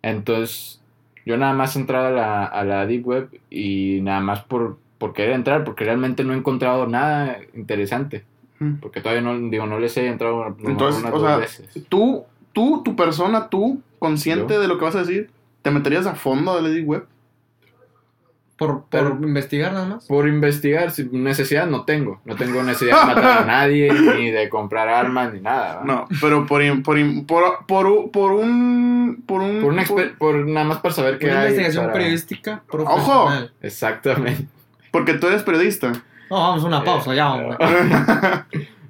Entonces, yo nada más he entrado a la, a la Deep Web y nada más por, por querer entrar, porque realmente no he encontrado nada interesante. Ujú. Porque todavía no, digo, no les he entrado a- a Entonces, unas o dos sea, veces. Tú, tú, tu persona, tú, consciente ¿Yo? de lo que vas a decir, ¿te meterías a fondo de la Deep Web? Por, por Pero- investigar nada más. Por investigar, si- necesidad no tengo. No tengo necesidad de matar a nadie, ni de comprar armas, ni nada. ¿va? No, pero por, im- por, im- por, por, u- por un... Por un... Por, una exper- por nada más para saber qué Una hay. investigación para- periodística profesional. Exactamente. por- porque tú eres periodista. No, vamos Eh, a una pausa, ya vamos.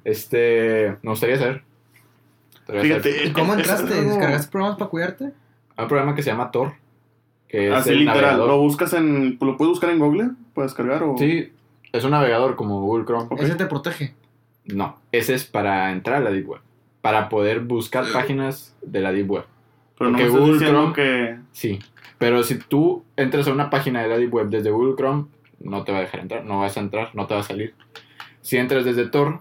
Este, me gustaría saber. Me gustaría saber. Fíjate. ¿Y cómo es- es entraste? algo- ¿Descargaste programas para cuidarte? Hay un programa que se llama Tor. Que es Así el Ah, literal. navegador. ¿Lo buscas en... ¿Lo puedes buscar en Google? ¿Puedes descargar o...? Sí, es un navegador como Google Chrome. Ok. Ese te protege. No, ese es para entrar a la Deep Web. Para poder buscar páginas de la Deep Web. Pero no me Porque estás Google diciendo Chrome- que... Sí. Pero si tú entras a una página de la Deep Web desde Google Chrome, no te va a dejar entrar. No vas a entrar, no te va a salir. Si entras desde Tor,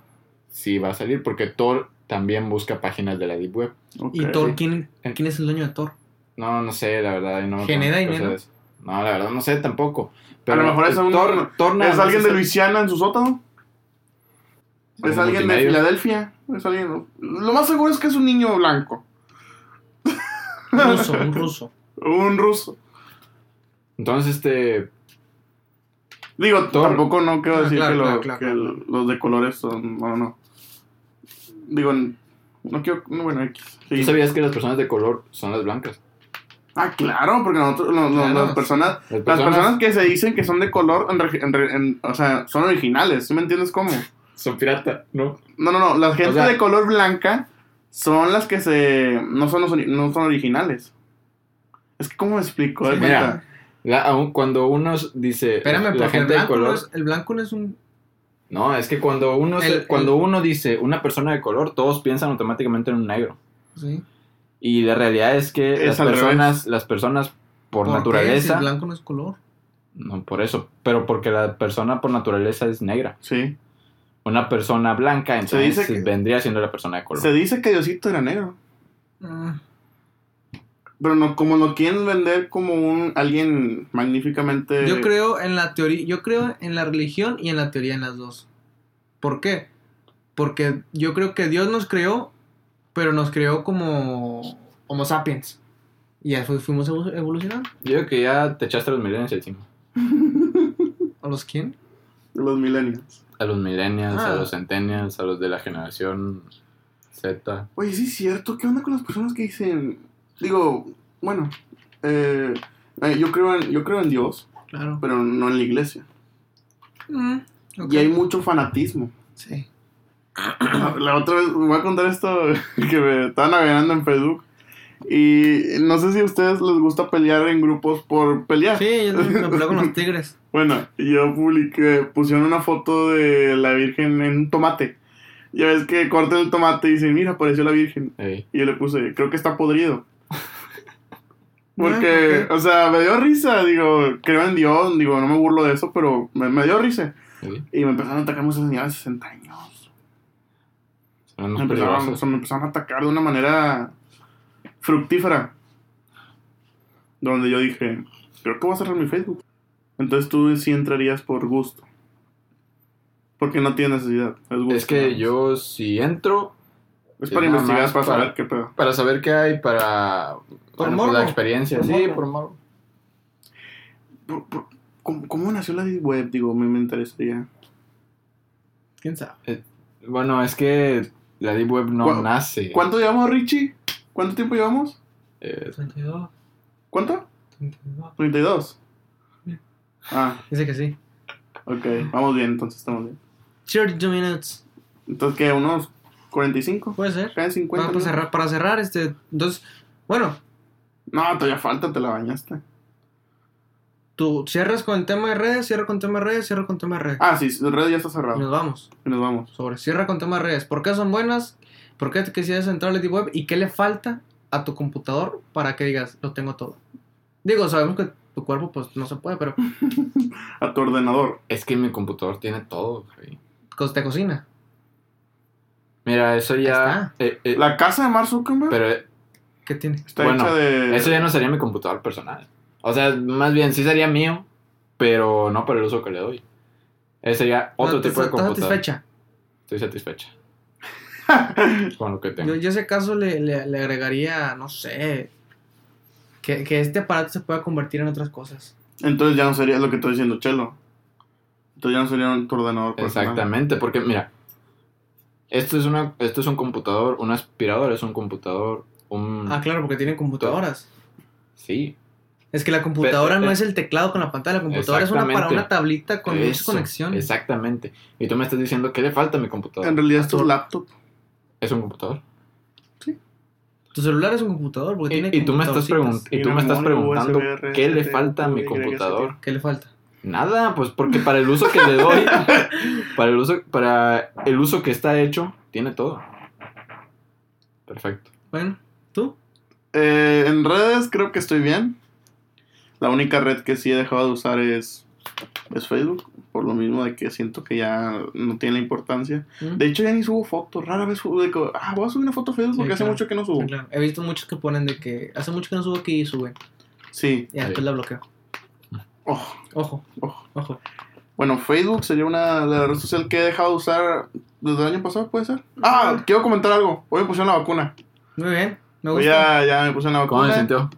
sí va a salir. Porque Tor también busca páginas de la Deep Web. ¿Y Ok. Thor? ¿quién, Eh. ¿Quién es el dueño de Thor? No, no sé, la verdad. ahí No me ¿Genera conozco dinero? esas- No, la verdad, no sé tampoco. A lo mejor es un- Tor- Tor nada ¿Es más alguien de el- Luisiana en su sótano? ¿Es Algún alguien de multimedios. Filadelfia? ¿Es alguien...? Lo más seguro es que es un niño blanco. Un ruso, un ruso. Un ruso. Entonces, este. Digo, Thor. tampoco no quiero Ah, decir claro, que, lo- claro, claro, que claro. lo- los de colores son... Bueno, no. Digo, no quiero... no, Bueno, X. Sí. ¿Tú sabías que las personas de color son las blancas? Ah, claro, porque nosotros, no- no- Claro. las personas... Las Las personas, personas que se dicen que son de color, en regi- en re- en- o sea, son originales, ¿sí me entiendes cómo? son pirata, ¿no? No, no, no, la gente sea- de color blanca son las que se... no son, los ori- no son originales. Es que, ¿cómo me explico? De Mira. cuenta. La, aun cuando uno dice. Espérame, la porque el gente de blanco, color. no es, el blanco no es un. No, es que cuando uno se- El- cuando uno dice una persona de color, todos piensan automáticamente en un negro. Sí. Y la realidad es que Es las al revés. personas, las personas ¿Por qué? por Si el naturaleza. blanco no es color. No, por eso. Pero porque la persona por naturaleza es negra. Sí. Una persona blanca, Se dice entonces que- vendría siendo la persona de color. Se dice que Diosito era negro. Ah, Pero no, como lo quieren vender como un alguien magníficamente. Yo creo en la teoría, yo creo en la religión y en la teoría en las dos. ¿Por qué? Porque yo creo que Dios nos creó, pero nos creó como Homo sapiens. Y después fuimos evo- evolucionando. Yo digo que ya te echaste a los millennials encima. ¿A los quién? Los millennials. A los millennials, Ah. a los centennials, a los de la generación Z. Oye, sí es cierto. ¿Qué onda con las personas que dicen. Digo, bueno. eh, eh, yo, creo en, yo creo en Dios, Claro. pero no en la iglesia. Mm, ok. Y hay mucho fanatismo. Sí. La otra vez, voy a contar esto que me estaba navegando en Facebook. Y no sé si a ustedes les gusta pelear en grupos por pelear. Sí, yo me me peleo con los tigres. Bueno, yo publiqué, pusieron una foto de la Virgen en un tomate. Ya ves que cortan el tomate y dicen, mira, apareció la Virgen. Ey. Y yo le puse, creo que está podrido. Ah, Porque, ok. o sea, me dio risa, digo, creo en Dios, digo, no me burlo de eso, pero me, me dio risa. Sí. Y me empezaron a atacar muchas señoras de 60 años. Son unos Me empezaron, o peligrosos. sea, me empezaron a atacar de una manera fructífera. Donde yo dije, creo que voy a cerrar mi Facebook. Entonces tú sí entrarías por gusto. Porque no tiene necesidad. Es, gusto, Es que ¿no? yo si entro Es para es nada investigar, más para para- saber qué pedo. para saber qué hay, para... Por bueno, pues, la morbo. experiencia, Por sí, morbo. por morbo. Por- por- ¿cómo, cómo nació la Deep web? Digo, me, me interesaría. ¿Quién sabe? Bueno, es que la Deep Web no ¿Cuá- nace. ¿Cuánto llevamos, Richie? ¿Cuánto tiempo llevamos? Eh, 32, ¿Cuánto? 32. 32. Ah, Dice que sí. ok. Vamos bien, entonces estamos bien. 32 minutes. Entonces, ¿qué? ¿Unos 45? Puede ser. ¿Caen 50? Bueno, para cerrar, para cerrar, este. Entonces, bueno, No, todavía falta, te la bañaste. tú cierras con el tema de redes, cierra con tema de redes, cierra con tema de redes. Ah, sí, el red ya está Y cerrado. nos vamos. Y nos vamos. Sobre cierra con tema de redes. ¿Por qué son buenas? ¿Por qué te quisieras entrar a la deep web? ¿Y qué le falta a tu computador para que digas, lo tengo todo? Digo, sabemos que tu cuerpo, pues no se puede, pero A tu ordenador. es que mi computador tiene todo, güey. co- te cocina. Mira, eso ya... está. eh, eh, La casa de Mark Zuckerberg Pero ¿Qué tiene? está bueno, hecha de. Eso ya no sería mi computador personal. O sea, más bien sí sería mío, pero no por el uso que le doy. Ese sería otro No, tipo de ¿estás- computador. estás satisfecha? Estoy satisfecha con lo que tengo. Yo, yo a ese caso le, le- le agregaría, no sé, que, que este aparato se pueda convertir en otras cosas. Entonces ya no sería lo que estoy diciendo, Chelo. Entonces ya no sería un- tu ordenador. personal. Exactamente, porque mira, esto es una esto es un computador, un aspirador es un computador, un Ah, claro, porque tienen computadoras. sí, Es que la computadora Pero, no eh, es el teclado con la pantalla, la computadora es una para exactamente. una tablita con muchas eso, conexiones. Exactamente. Y tú me estás diciendo que le falta a mi computador. En realidad es tu laptop. Es un computador. Tu celular es un computador porque Y, tiene y tú me estás pregun- computadorcitas. y tú Tiene me estás memoria preguntando USB, RGB, qué le falta a mi USB, computador. ¿Qué le falta? Nada, pues porque para el uso que le doy, para el uso, para el uso que está hecho, tiene todo. Perfecto. Bueno, ¿tú? Eh, en redes creo que estoy bien. La única red que sí he dejado de usar es, es Facebook. Por lo mismo de que siento que ya no tiene la importancia. ¿Mm? De hecho, ya ni subo fotos. Rara vez subo. de que, ah, voy a subir una foto a Facebook Sí, porque hace claro. mucho que no subo. Sí, ah, claro. He visto muchos que ponen de que hace mucho que no subo aquí y suben. Sí. Y después Sí. la bloqueo. Oh, Ojo, oh. ojo. Bueno, Facebook sería una de las redes sociales que he dejado de usar desde el año pasado, ¿puede ser? Ah, quiero comentar algo. Hoy me pusieron la vacuna. Muy bien, me Hoy gusta. ya, ya me pusieron la ¿Cómo vacuna. se sintió?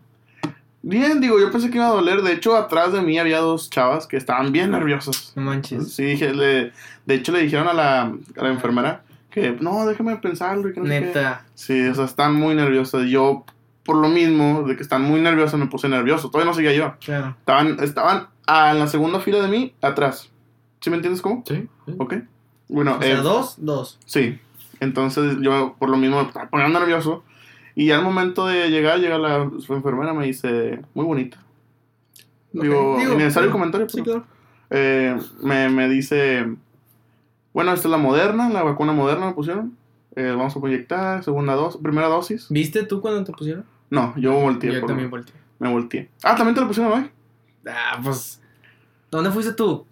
Bien, digo, yo pensé que iba a doler. De hecho, atrás de mí había dos chavas que estaban bien nerviosas. No manches. Pues Sí, dije, le- de hecho le dijeron a la, a la enfermera que no, déjame pensarlo. y que no sé qué". Neta. Sí, o sea, están muy nerviosas. Yo, por lo mismo, de que están muy nerviosas, me puse nervioso. Todavía no seguía yo. Claro. Estaban, estaban a la segunda fila de mí, atrás. ¿Sí me entiendes cómo? Sí. sí. Ok. Bueno, O sea, eh, dos, dos. Sí. Entonces yo por lo mismo me estaba poniendo nervioso. Y al momento de llegar, llega la, su enfermera me dice, muy bonita. Digo, Ok, digo, innecesario sí. comentario. pues. Sí, pero- claro. Eh, me, me dice, bueno, esta es la moderna, la vacuna moderna me pusieron. Eh, vamos a proyectar, segunda dosis, primera dosis. ¿Viste tú cuando te pusieron? No, yo volteé. Yo por- también volteé. Me volteé. Ah, también te lo pusieron hoy. Ah, pues. ¿Dónde fuiste tú?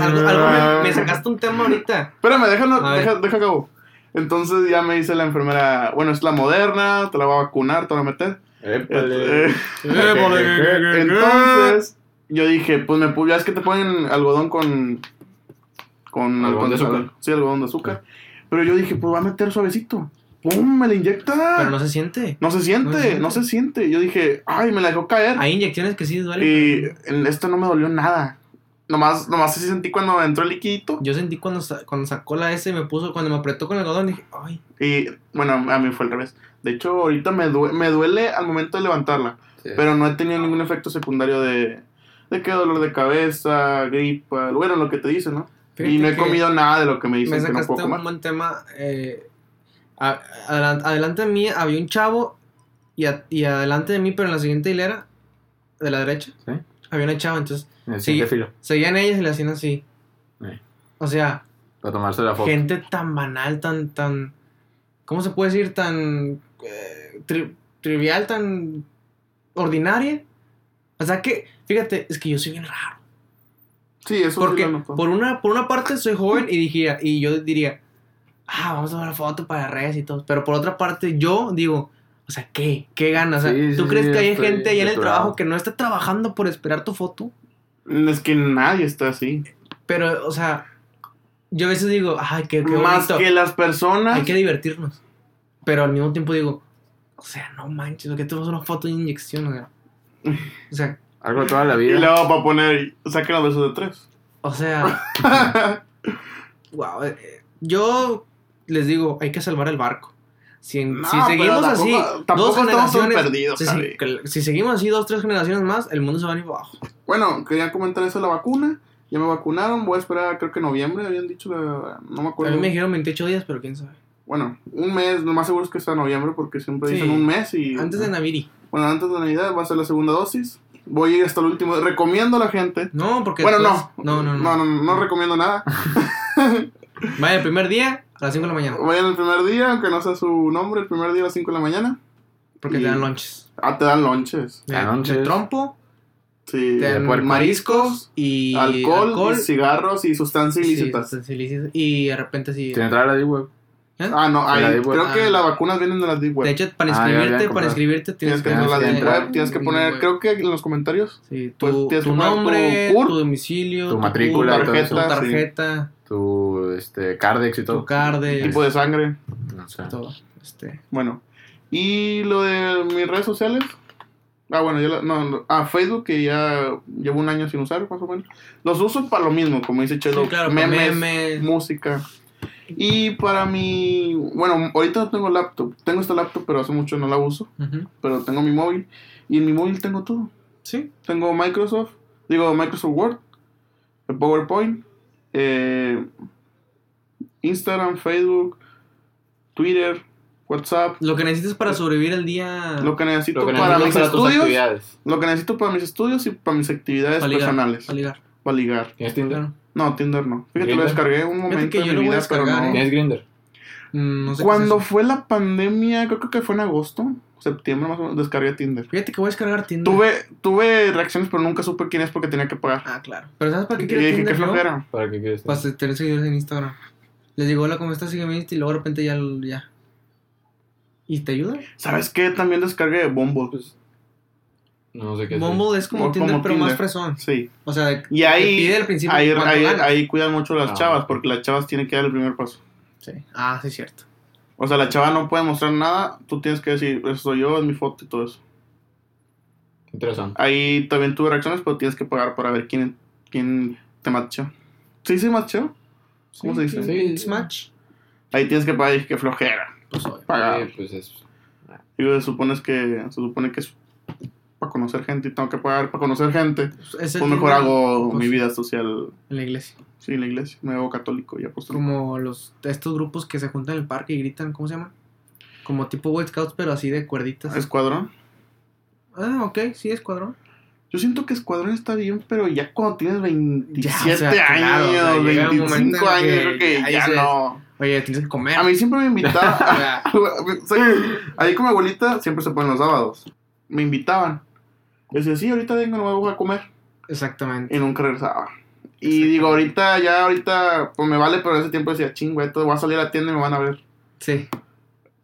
Algo, algo me, me sacaste un tema ahorita. Espérame, déjalo, A ver. deja, deja acabo. Entonces ya me dice la enfermera, bueno, es la moderna, te la va a vacunar, te la va a meter. Épale. Eh, Entonces. Entonces, yo dije, pues me pu- ya es que te ponen algodón con. con Algodón de con- azúcar. Sí, algodón de azúcar. Pero yo dije, pues va a meter suavecito. ¡Pum! Me la inyecta. Pero no, no se siente. se siente, no se siente. no se siente. Yo dije, ay, me la dejó caer. Hay inyecciones que sí duelen. y en esto no me dolió nada. Nomás, nomás sí sentí cuando entró el liquidito. Yo sentí cuando, sa- cuando sacó la S y me puso, cuando me apretó con el algodón, dije, ay, Y bueno, a mí fue al revés. De hecho, ahorita me, due- me duele al momento de levantarla. Sí. Pero no he tenido ningún efecto secundario de, de que dolor de cabeza, gripa, bueno, lo que te dicen, ¿no? Fíjate y no he que comido nada de lo que me Me dicen que no sacaste puedo comer. un buen tema. eh, a- adelan- adelante de mí había un chavo y, a- y adelante de mí, pero en la siguiente hilera, de la derecha, Sí. había una chava. Entonces El Sí. siguiente filo. seguían ellas y le hacían así. Eh. O sea, Para tomarse la foto. gente tan banal, tan, tan, ¿cómo se puede decir? Tan eh, tri- trivial, tan ordinaria. O sea que, fíjate, es que yo soy bien raro. Sí, eso sí Porque lo noto. por una, por una parte soy joven y diría, y yo diría, ah, vamos a tomar foto para redes y todo. Pero por otra parte, yo digo, o sea, ¿qué? ¿Qué ganas? O sea, Sí, sí, ¿Tú sí, crees que hay estoy gente ahí en el saturado. trabajo que no está trabajando por esperar tu foto? Es que nadie está así. Pero, o sea, yo a veces digo, ay, qué, qué Más bonito, que las personas. Hay que divertirnos. Pero al mismo tiempo digo, o sea, no manches, ¿por qué te vas una foto de inyección? O sea, o sea, Algo de toda la Y vida. luego para poner, saquen los besos de tres. o sea wow, eh, eh, yo les digo, hay que salvar el barco. Si, en- No, si seguimos pero así, tampoco- tampoco dos estamos tan generaciones. perdidos, si, si- Javi. que- si seguimos así, dos, tres generaciones más, el mundo se va a ir abajo. bueno, quería comentar eso de la vacuna. Ya me vacunaron, voy a esperar, creo que en noviembre habían dicho, la- no me A acuerdo. mí me dijeron 28 días, pero quién sabe. Bueno, un mes, lo más seguro es que sea noviembre porque siempre Sí. dicen un mes y... Antes de Naviri. Bueno, antes de Navidad va a ser la segunda dosis. Voy a ir hasta el último. Recomiendo a la gente. No, porque. Bueno, después- No, no. no, No, no. no, no recomiendo nada. Vaya, el primer día a las 5 de la mañana. Vayan el primer día, aunque no sea su nombre, el primer día a las 5 de la mañana. Porque Y- te dan lonches. Ah, te dan lonches. De, Ah, lonches. de trompo, Sí. te dan puerco. mariscos y alcohol, y cigarros y sustancias sí, ilícitas. sustancias ilícitas. Y de repente sí. Sin entrar a la D-Web. Ah, no, La ahí. deep web. Creo que Ah. las vacunas vienen de las deep web. De hecho, para Ah, ya, ya, inscribirte, para comprado. inscribirte tienes tienes, que entrar a la tienes que deep entrar. web, tienes que poner, creo que en los comentarios. Sí, tu, Pues tienes tu que poner tu nombre, tu, CURP, domicilio, tu matrícula, CURP, todo eso. tu tarjeta, sí. tarjeta, Tu este, Cardex y tu todo. carde, Tipo de sangre. O sea, todo. Este, Bueno. Y lo de mis redes sociales. Ah, bueno, ya la- no, no. ah, Facebook, que ya llevo un año sin usar, más o menos. Los uso para lo mismo, como dice sí, Chelo. claro, memes, memes. música. Y para mi... Bueno, ahorita no tengo laptop. Tengo esta laptop, pero hace mucho no la uso. Ujú. Pero tengo mi móvil. Y en mi móvil tengo todo. Sí, Tengo Microsoft. Digo, Microsoft Word. el PowerPoint. eh, Instagram, Facebook. Twitter. WhatsApp. lo que necesites para sobrevivir el día. Lo que necesito Lo que para mis necesitas para tus estudios. actividades. Lo que necesito para mis estudios y para mis actividades Para ligar, personales. para ligar. Para ligar. ¿Tienes Tinder? Claro. No, Tinder no. Fíjate, lo Grindr. descargué un Fíjate momento que en yo mi lo voy a vida, pero descargar, no. ¿eh? ¿Tienes Grinder? Mm, no sé qué Cuando es eso. fue la pandemia, creo que fue en agosto, septiembre más o menos, descargué Tinder. Fíjate que voy a descargar Tinder. Tuve, tuve reacciones, pero nunca supe quién es porque tenía que pagar. Ah, claro. Pero ¿sabes para qué Y quiero dije, qué Tinder? yo? flojera. ¿Para qué quieres? Para tener seguidores en Instagram. Les digo, hola, ¿cómo estás? Sígueme en Insta y luego de repente ya. lo- ya. ¿Y te ayuda? ¿Sabes qué? También descargué Bumble. Pues, no sé qué es. Bumble es como Como- Tinder, como pero más Tinder. fresón. Sí. O sea, de- Y te ahí, pide al principio ahí, cuánto ahí, ganas. ahí cuidan mucho las Ah. chavas, porque las chavas tienen que dar el primer paso. Sí. Ah, sí, cierto. O sea, la chava no puede mostrar nada, tú tienes que decir, eso soy yo, es mi foto y todo eso. Interesante. Ahí también tuve reacciones, pero tienes que pagar para ver quién, quién te macho. ¿Sí, sí, macho? ¿Cómo se dice? Sí, sí. Smash. Ahí tienes que pagar, dije, qué flojera. Pues obvio. Pagar. Sí, pues es. Y se supone que, se supone que es para conocer gente y tengo que pagar para conocer gente. Es el Pues mejor Tinder hago pues, mi vida social, En la iglesia. sí, en la iglesia. Me hago católico y apostólico. Como los, estos grupos que se juntan en el parque y gritan, ¿cómo se llaman? Como tipo Boy Scouts, pero así de cuerditas. Escuadrón. Ah, ok, sí, escuadrón. Yo siento que Escuadrón está bien, pero ya cuando tienes 27 Ya, o sea, años, claro, o sea, llega un momento en 25 que años, creo que ya ya dices, no. Oye, tienes que comer. A mí siempre me invitaba. Ah, Soy- Ahí con mi abuelita siempre se ponen los sábados. Me invitaban. Yo decía, sí, ahorita vengo, no me voy a comer. Exactamente. Y nunca regresaba. Y digo, ahorita, ya ahorita, pues me vale, pero en ese tiempo decía, chingo, esto, voy a salir a la tienda y me van a ver. Sí.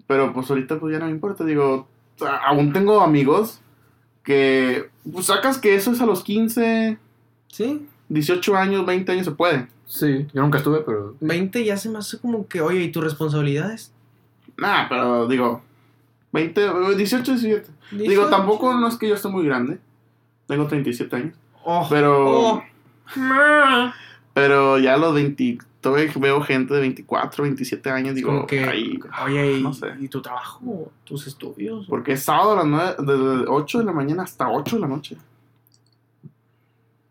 Pero pues ahorita pues ya no me importa. Digo, a- aún tengo amigos que pues, sacas que eso es a los 15, Sí. 18 años, 20 años se puede. Sí, yo nunca estuve, pero. 20 ya se me hace como que, oye, ¿y tus responsabilidades? Nah, pero digo, 20, eh, 18, 17. Digo, tampoco no es que yo esté muy grande. Tengo 37 años. Oh, Pero... oh. Pero ya a los 20, todavía veo gente de 24, 27 años, digo, Como que- "Ay, Oye, ¿y, No sé. y tu trabajo? ¿Tus estudios? porque es sábado a las 9, desde 8 de la mañana hasta 8 de la noche.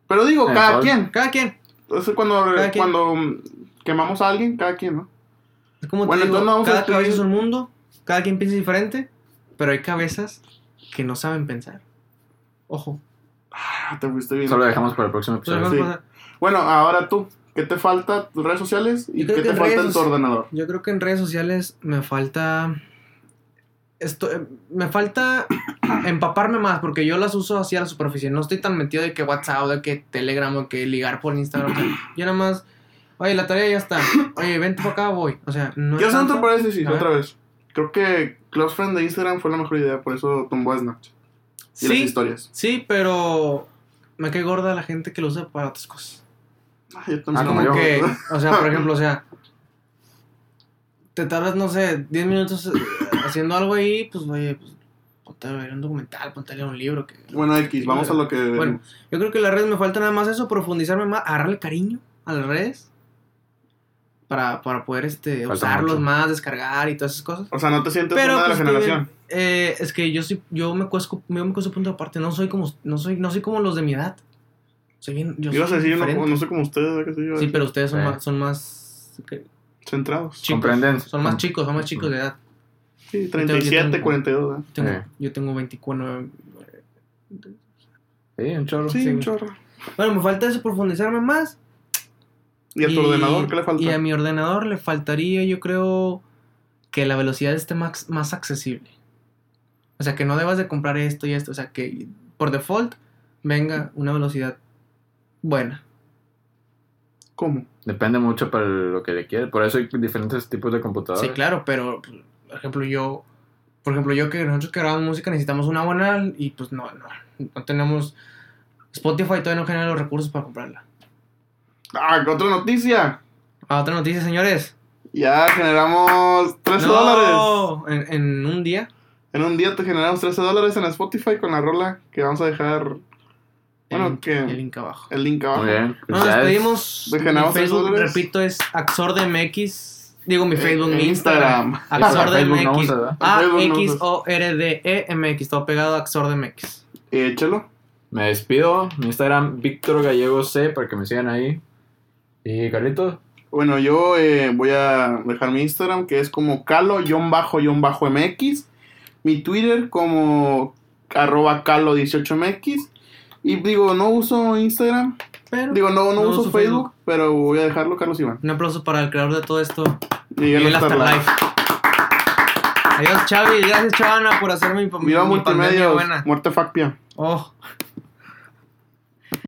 Pero digo, Eh, cada sol. quien. Cada quien. Entonces cuando, Cada quien. cuando mm, quemamos a alguien, cada quien, ¿no? Es como Bueno, te digo, entonces no vamos a cada escribir- cabeza es un mundo, cada quien piensa diferente, pero hay cabezas que no saben pensar. Ojo. Ah, te fuiste bien. Eso lo dejamos para el próximo Entonces, episodio. vamos sí. a- Bueno, ahora tú, ¿qué te falta? ¿Tus redes sociales? ¿Y Yo creo qué que te falta redes en tu soci- ordenador? Yo creo que en redes sociales me falta. Esto, eh, me falta empaparme más, porque yo las uso así a la superficie. No estoy tan metido de que WhatsApp, de que Telegram, o que ligar por Instagram. o sea, yo nada más. Oye, la tarea ya está. Oye, vente para acá, voy. O sea, no. es Quiero hacer otro tanto. paréntesis, A ver. otra vez. Creo que Close Friend de Instagram fue la mejor idea, por eso tumbó a Snapchat. Y las Sí, historias. sí, pero. Me cae gorda la gente que lo usa para otras cosas. Ah, yo Ah, también. como yo. Que, o sea, por ejemplo, o sea. Te tardas, no sé, 10 minutos eh, haciendo algo ahí, pues, oye, pues, ponte a ver un documental, ponte a leer un libro. Que, Bueno, X, vamos a lo que... Bueno, yo creo que las redes me falta nada más eso, profundizarme más, agarrarle cariño a las redes para, para poder este, Falta usarlos mucho. más, descargar y todas esas cosas. O sea, no te sientes Pero una de la pues, estoy generación. bien. Eh, es que yo soy, yo me cuesco, yo me cuesco punto aparte, no soy como, no soy, no soy como los de mi edad. Soy bien, yo Ibas a soy decir, no, diferente. no sé cómo ustedes, ¿verdad? que se Sí, pero ustedes son Eh. más, son más que- Centrados. chicos. Comprenden. Son más chicos, son más chicos de edad. Sí, Yo 37, tengo- 42, ¿verdad? Tengo- Eh. Yo tengo 24. Sí, un chorro. Sí, Sí. un chorro. Bueno, me falta eso, profundizarme más. ¿Y a tu ordenador qué le falta? Y a mi ordenador le faltaría, yo creo, que la velocidad esté más, más accesible. O sea, que no debas de comprar esto y esto. O sea, que por default venga una velocidad buena. ¿Cómo? Depende mucho para lo que le quiere. Por eso hay diferentes tipos de computadoras. Sí, claro, pero pues, por ejemplo yo, por ejemplo yo que nosotros que grabamos música necesitamos una buena y pues no, no, no tenemos Spotify todavía no genera los recursos para comprarla. Ah, otra noticia. Ah, otra noticia, señores. Ya generamos 13 No, dólares. En, en un día. En un día te generamos 13 dólares en Spotify con la rola que vamos a dejar El, Bueno, link, que- el link abajo. el link abajo. Muy bien. No, nos Felicidades. despedimos. De Genao Mi Facebook, César. repito, es AxordMX. Digo, mi En- Facebook, en mi Instagram. Instagram. Ah, Sí, para Facebook no AxordMX. usa, ¿verdad? Facebook no usas. A-X-O-R-D-E-M-X. E, Todo pegado a AxordMX. Échalo. Me despido. Mi Instagram, Víctor Gallego C, para que me sigan ahí. Y Carlitos, Bueno, yo eh, voy a dejar mi Instagram, que es como calo-mx. Mi Twitter como arroba calo18mx. Y digo, no uso Instagram. Pero Digo, no, no, No uso, uso Facebook, pero voy a dejarlo, Carlos Iván. un aplauso para el creador de todo esto, Y Miguel Afterlife. Adiós, Chavi. Gracias, Chavana, por hacerme mi, mi, Viva pues, mi pandemia Multimedios. buena. Muerte Facpia. Oh.